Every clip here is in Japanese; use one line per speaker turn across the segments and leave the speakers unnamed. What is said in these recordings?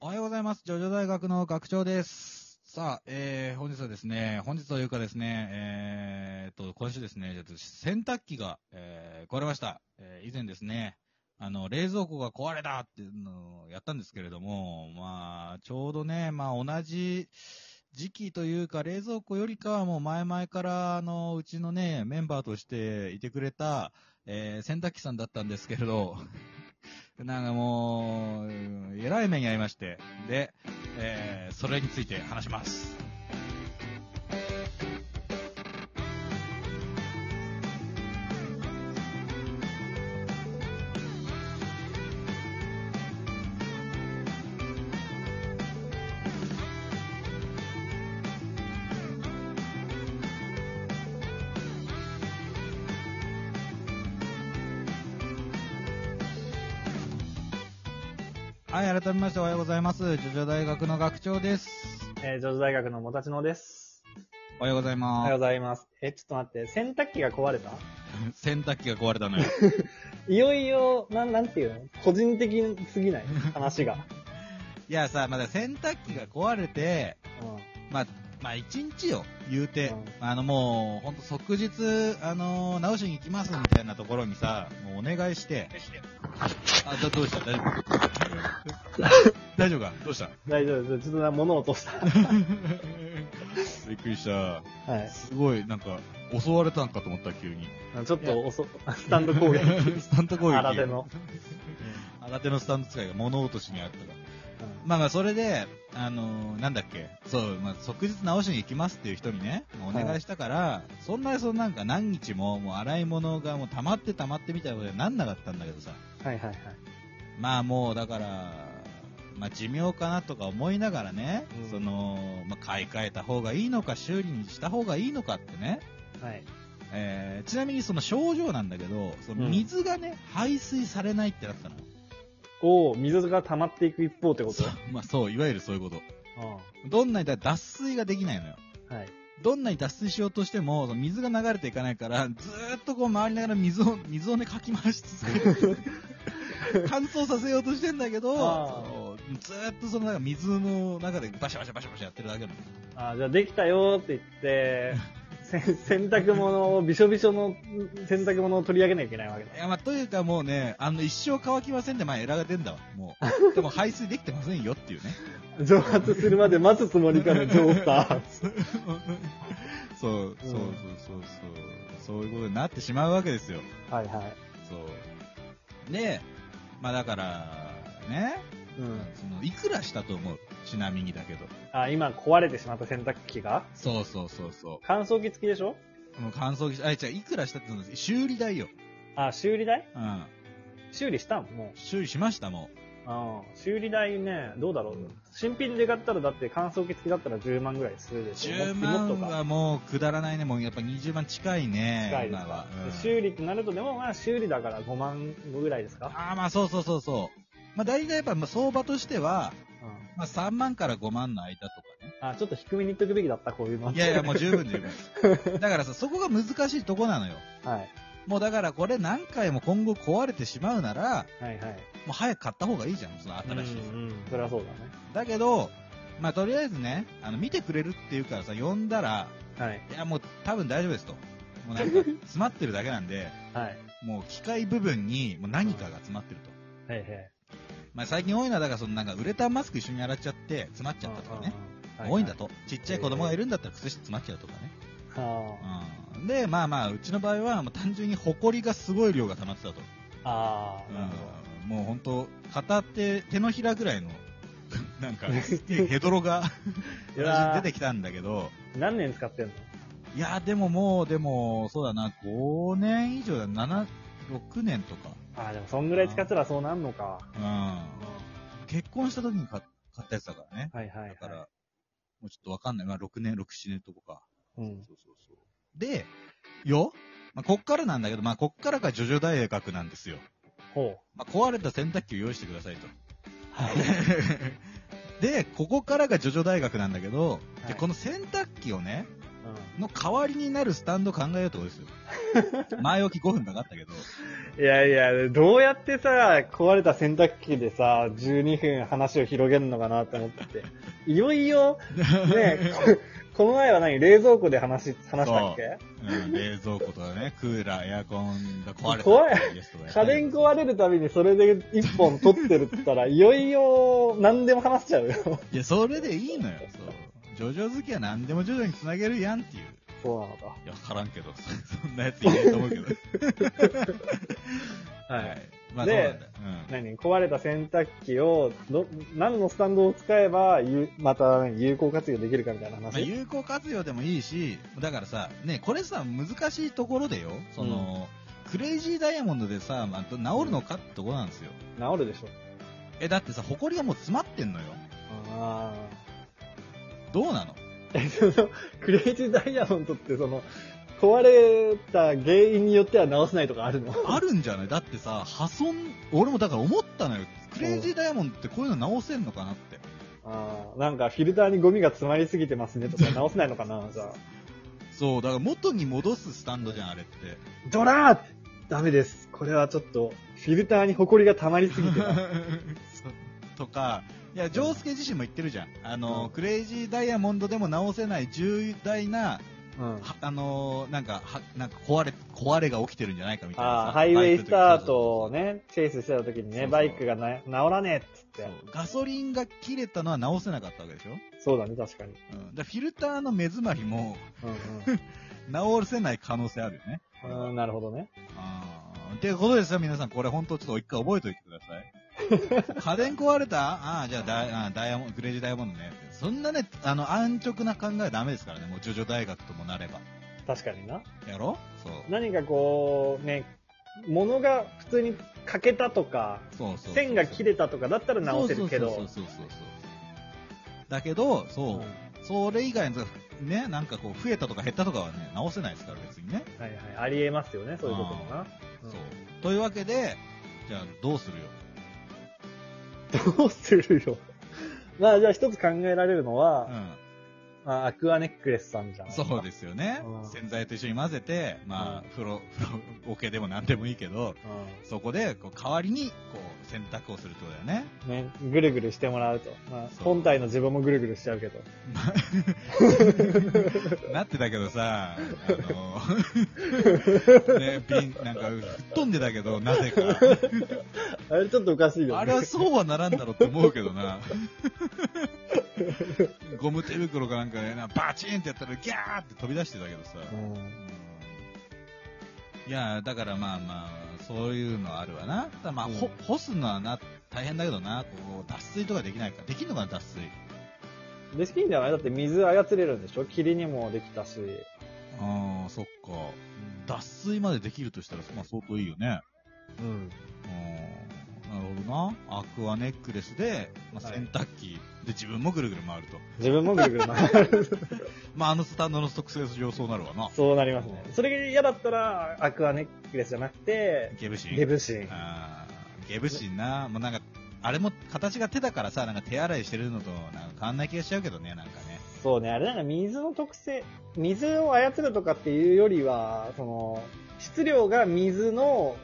おはようございます。ジョジョ大学の学長です。さあ、えー、本日はですね、本日というかですね、えーっと、今週ですね、ちょっと洗濯機が、えー、壊れました。えー、以前ですね、あの、冷蔵庫が壊れたっていうのをやったんですけれども、まあ、ちょうどね、まあ、同じ時期というか、冷蔵庫よりかはもう前々から、あの、うちのね、メンバーとしていてくれた、えー、洗濯機さんだったんですけれど、なんかもううん、えらい目に遭いまして、で、えー、それについて話します。はい、改めましておはようございます。ジョジョ大学の学長です。
えー、上智大学のもたちのです。
おはようござい
おはよう
ま
ございます。え、ちょっと待って、洗濯機が壊れた
す。洗濯機が壊れたのよ。
いよいよ、なん、なんていうの個人的すぎない話 が。
いやさ、まだ洗濯機が壊れて、まあ、まあ一日よ、言うて、
うん
あのもう、ほんと即日、あのー直しに行きますみたいなところにさ、もうお願いして、あ、どどうした大 丈夫大丈夫かどうした
うん。大丈夫です。ちょっとな物落とした。
びっくりした。
はい。
すごい、なんか、襲われたんかと思った、急に。
ちょっと遅、スタンド攻撃。
スタンド攻撃。
新手の。。
新手のスタンド使いが物落としにあったから。
うん
まあまあ、それで、あのーなんだっけ、そう、まあ、即日直しに行きますっていう人にね、お願いしたから、そんなにそのなんか何日も、もう洗い物がもう溜まって溜まってみたいなことにはなんなかったんだけどさ。
はいはいはい。
まあもうだから、まあ寿命かなとか思いながらね、
うん
その、まあ買い替えた方がいいのか修理にした方がいいのかってね、
はい。
えーちなみにその症状なんだけど、その
うん
水がね、排水されないってなったの。
おー、水が溜まっていく一方ってこと
そうまあそう、いわゆるそういうこと。
う
どんなにだ脱水ができないのよ。
ん。はい。
どんなに脱水しようとしても、その水が流れていかないから、ずーっとこう回りながら水を、水をね、かき回し続け る。乾燥させようとしてんだけど、
あー
そうずーっとそのなんか水の中でバシャバシャバシャバシャやってるだけなの。
あー、じゃあできたよーって言って、せ 洗濯物を、びしょびしょの洗濯物を取り上げなきゃいけないわけだ
い。や、まあ、というかもうね、あの、一生乾きませんで、まあ、エラが出んだわ。もう。でも排水できてませんよっていうね。
蒸発するまで待つつもりから蒸発。
そう、そうそうそうそう。そういうことになってしまうわけですよ。
はいはい。
そう。で、まあだから、ね、
うん。
そのいくらしたと思うちなみにだけど。
あ、今壊れてしまった洗濯機が
そうそうそうそ
乾燥機付きでしょ
う。もう乾燥機、あ、違う、いくらしたって言うんです修理代よ。
あ、修理代
うん。
修理したんも
修理しました、も
う。うん。修理代ね、どうだろう。新品で買ったらだって乾燥機付きだったら10万ぐらいする
う。
でしょ。
10
もっ
万
とか。
はもうくだらないね。もうやっぱ20万近いね。
近いで
今
す
は
か。
うん
で修理ってなると、でもまあ修理だから5万ぐらいですか
ああ、まあそうそうそうそう。まあ大体やっぱまあ相場としては、
うん。
まあ3万から5万の間とかね。
あ、ちょっと低めに言っとくべきだった、こういうの。
いやいや、もう十分十分。だからさ、そこが難しいとこなのよ。
はい。
もうだからこれ何回も今後壊れてしまうなら、
はいはい。
もう早く買った方がいいじゃん、その新しい。
うんうん。そりゃそう
だけど、まあ、とりあえずね、あの、見てくれるっていうからさ、呼んだら、
だね。
いや、もう多分大丈夫ですと。もうなんか、詰まってるだけなんで、
はい。はい。
もう機械部分にもう何かが詰まってると。
はいはい。
まあ、最近多いのは、だからそのなんか、ウレタンマスク一緒に洗っちゃって、詰まっちゃったとかね。多いんだと。ちっちゃい子供がいるんだったら靴下詰まっちゃうとかね。
うん。うんうん
うん。で、まあまあ、うちの場合は、もう単純に埃がすごい量が溜まってたと。
あ
う
あ、
ん
なるほど。
もう本当片手、手のひらぐらいの、 なんか、すげえヘドロが、
うわ
出
ー
てきたんだけど、
何年使ってんの
いやーでももう、でも、そうだな、5年以上だ、7、6年とか。
ああ、でもそんぐらい使ったらそうなんのか。
うん。
は
結婚した時に買買ったやつだからね。
いはいはい
だ。から、もうちょっとわかんない。まあ6年、6、7年とこか。
うん。
そうそうそう。で、よまあ、こっからなんだけど、まあ、こっからがジョジョ大学なんですよ。
ほ
まあ、壊れた洗濯機を用意してくだ さいと。で、ここからがジョジョ大学なんだけど、
はい
でこの洗濯機をね、
う。
の代わりになるスタンド考えようってことですよ。前置き5分かかったけど。
いやいや、どうやってさ、壊れた洗濯機でさ、12分話を広げるのかなと思ってて。いよいよ、ね、 ここの前は何冷蔵庫で話し、話したっけ
うん、冷蔵庫とかね、クーラー、エアコンが壊れた
怖い
ってうゲストがね
家電壊れるたびにそれで一本取ってるって言ったら、いよいよ何でも話しちゃうよ。
いや、それでいいのよ。そう。ジョジョ好きは何でもジョジョに繋げるやんっていう。
そうなの
いや、わからんけど、そそんなやついないと思うけ ど。
か。
は。い。まあ、そうな
で
んだよ。うん。
何壊れた洗濯機をど、何のスタンドを使えば、ゆまた何有効活用できるかみたいな
まあ、
話。
有効活用でもいいし、だからさ、ね、これさ、難しいところでよ、その、クレイジーダイヤモンドでさ、まあ、治るのかってとこなんですよ。
治るでしょ。
え、だってさ、埃がもう詰まってんのよ。
ああ。
どうなの
えそのクレイジーダイヤモンドってその壊れた原因によっては直せないとかあるの
あるんじゃないだってさ、破損、俺もだから思ったのよ。クレイジーダイヤモンドってこういうの直せんのかなって。
あーなんかフィルターにゴミが詰まりすぎてますねと か直せないのかなじゃあ
そう、だから元に戻すスタンドじゃん、あれ って。
ドラーダメですこれはちょっとフィルターにホコリが溜まりすぎ てます
そうとか、いや、ジョースケ自身も言ってるじゃん。あの、
うん
クレイジーダイヤモンドでも直せない重大な、
うん
はあのーなんか、はなんか壊れ、壊れが起きてるんじゃないかみたいな
あ
さ。
ーハイウェイスタート
と
をね、チェイスしてた時に
そうそ
ね、
う
バイクがな治らねえっつって。
ガソリンが切れたのは直せなかったわけでしょ、
そうだね、確かに。
うん、だからフィルターの目詰まりも
うん
直せない可能性あるよね。
うん。うん、なるほどね。
あーってことですよ、皆さん。これ本当ちょっと一回覚えておいてくだ さい。家電壊れたああ、じゃあダイあダイヤモンド、クレイジーダイヤモンドね。そんなね、あの、安直な考えはダメですからね。もう、ジョジョ大学ともなれば。
確かにな。
やろそう。
何かこう、ね、物が普通に欠けたとか、
そうそうそう。
線が切れたとかだったら直せるけ
そうそ
ど。
うそうそうそう。だけど、そう、
うん
それ以外の、ね、なんかこう、増えたとか減ったとかはね、直せないですから、別にね。
はいはい。ありえますよね、そういうこともな。うん
そう。というわけで、じゃあ、どうするよ。
どうするよ。 まあじゃあ一つ考えられるのは、
うん。
まあ、アクアネックレスさんじゃん。
そうですよね
う。ん
洗剤と一緒に混ぜて、まあ
う、ん
風呂、風呂桶でも何でもいいけど、
う
そこで、こう、代わりに、こう、洗濯をするってことだよね。
ん。ね、ぐるぐるしてもらうと。まあ
そう
本体の自分もぐるぐるしちゃうけど。
なってたけどさ、あの、 ね、瓶、なんか、吹っ飛んでたけど、なぜか。
あれちょっとおかしいよね。
あれはそうはならんだろうって思うけど な。ゴム手袋かなんかね、なんかバチンってやったら、ギャーって飛び出してたけどさ。
うん。
うんいや、だからまあまあ、そういうのはあるわな。ただまあ、
うん
ほ干すのはな、大変だけどな、こう、脱水とかできないか。できんのかな、脱水。
できんじゃないだって水操れるんでしょ霧にもできたし。
ああ、そっか。脱水までできるとしたら、まあ相当いいよね。
うん。
うん。なるほどな。アクアネックレスで、まあ、
はい
洗濯機で自分もぐるぐる回ると。
自分もぐるぐる回る。
まあ、あのスタンドのストック性上そうなるわな。
そうなりますね。それが嫌だったら、アクアネックレスじゃなくて、
ゲブシン。
デブシン。
あーゲブシンな、もうなんか、あれも形が手だからさ、なんか手洗いしてるのとなんか変わんない気がしちゃうけどね、なんかね。
そうね、あれなんか水の特性、水を操るとかっていうよりは、その、質量が水の、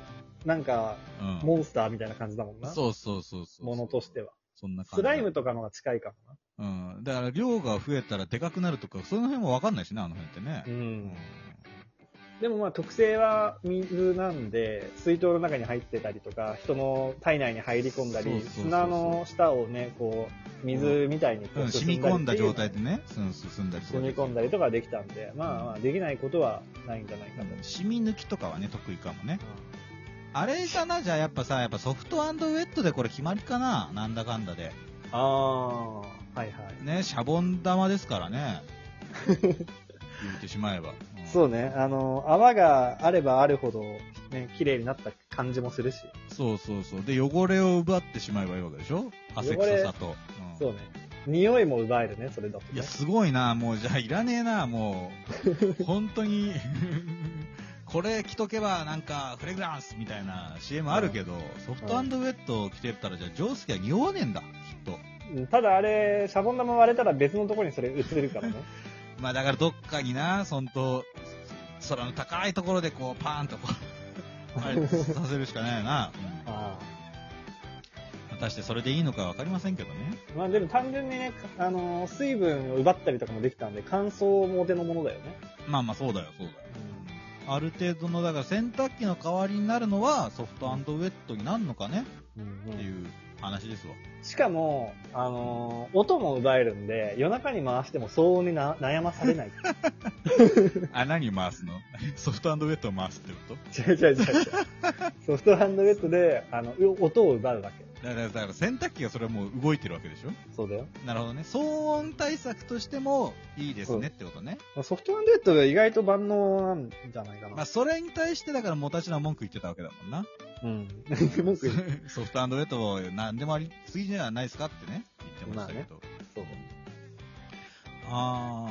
なんか、
うん。
モンスターみたいな感じだもんな。
そうそうそうそう。
ものとしては。
そんな感じ。
スライムとかの方が近いかもな。
うん。だから量が増えたらでかくなるとか、その辺もわかんないしね、あの辺ってね
う。。
うん
でもまあ特性は水なんで、水筒の中に入ってたりとか、人の体内に入り込んだ
そう
り、
そうそうそう
砂の下をね、こう、水みたいにこ
うん
う
染
進
み
だり
込んだ状態
って
でね、うん進んだり
いう
とか
染み込んだりとかできたんで、まあまあできないことはないんじゃないかと。
うん染み抜きとかはね、得意かもね。あれかなじゃあやっぱさ、やっぱソフトウェットでこれ決まりかななんだかんだで。
ああ、はいはい。
ね、シャボン玉ですからね。言ってしまえば。うん
そうね、あの、泡があればあるほど、ね、綺麗になった感じもするし。
そうそうそう。で、汚れを奪ってしまえばいいわけでしょ汗臭さと。うん
そうね。匂いも奪えるね、それだと、ね。
いや、すごいな。もう、じゃあ、いらねえな。もう、本当に、 これ着とけば、なんか、フレグランスみたいな CM あるけど、ソフトウ
う
ェ
ん
ット着てたら、じゃあ、ジョースケは匂わねえんだ、きっと。
うんただあれ、シャボン玉割れたら別のところにそれ移 るからね。
まあ、だから、どっかにな、そんと、空の高いところで、こう、パーンとこう、あれさせるしかないよな。うん
あ
果たしてそれでいいのかわかりませんけどね。
あまあでも単純にね、あのー水分を奪ったりとかもできたんで、乾燥もお手のものだよね。
まあまあ、そうだよ、そうだよ。ある程度の、だから洗濯機の代わりになるのはソフトウェットになるのかね
うん
っていう話ですわ。
しかも、あのー音も奪えるんで、夜中に回しても騒音にな悩まさ れない。
あ、何回すの ソフトウェットを回すってこ
違う違う違う違う。ソフトハンドウェットで、あの、う音を奪うわけ。
とだから、だから洗濯機がそれはもう動いてるわけでしょ
そうだよ。
なるほどね。騒音対策としてもいいですねってことね。
ソフトハンドウェットが意外と万能なんじゃないかな。
まあ、それに対してだからもたちな文句言ってたわけだもんな。
うん。文句言う
ソフトウェットを何でもありすぎじゃないですかってね、言ってましたけど。
そう
あ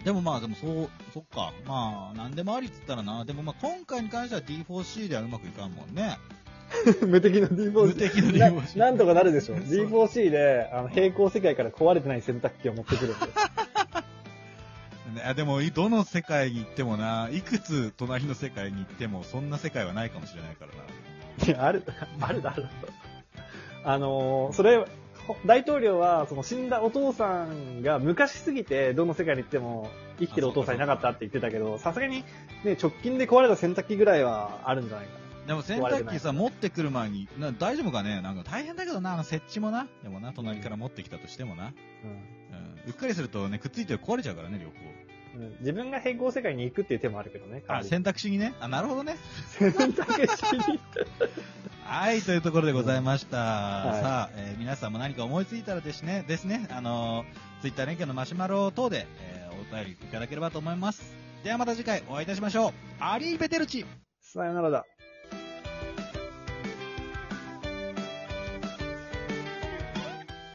ー、でもまあ、でもそう、そっか。まあ、何でもありっつったらな。でもまあ、今回に関しては D4C ではうまくいかんもんね。
無敵の D4C。
無敵の D4C
ななんとかなるでしょ。
そう
D4C で、あの、平行世界から壊れてない洗濯機を持ってくるんで。
ねあでも、いどの世界に行ってもな、いくつ隣の世界に行っても、そんな世界はないかもしれないからな。
いやある、 あるだろ。あのーそれ、ほ大統領は、その死んだお父さんが昔すぎて、どの世界に行っても生きてるお父さんいなかったって言ってたけど、さすがに、ね、直近で壊れた洗濯機ぐらいはあるんじゃないか
でも洗濯機さ、持ってくる前に、な大丈夫かねなんか大変だけどな、あの設置もな。でもな、隣から持ってきたとしてもな。
な。
うん。うっかりするとね、くっついて壊れちゃうからね、両方。
うんうん自分が平行世界に行くっていう手もあるけどね。
あ、選択肢にね。あ、なるほどね。
洗濯機 に。
はい、というところでございました。
い
さあ、えー皆さんも何か思いついたらですね、ですね、あのー、ツイッター連携のマシュマロ等で、えーお便りいただければと思います。ではまた次回お会いいたしましょう。アリーベテルチ
さよならだ。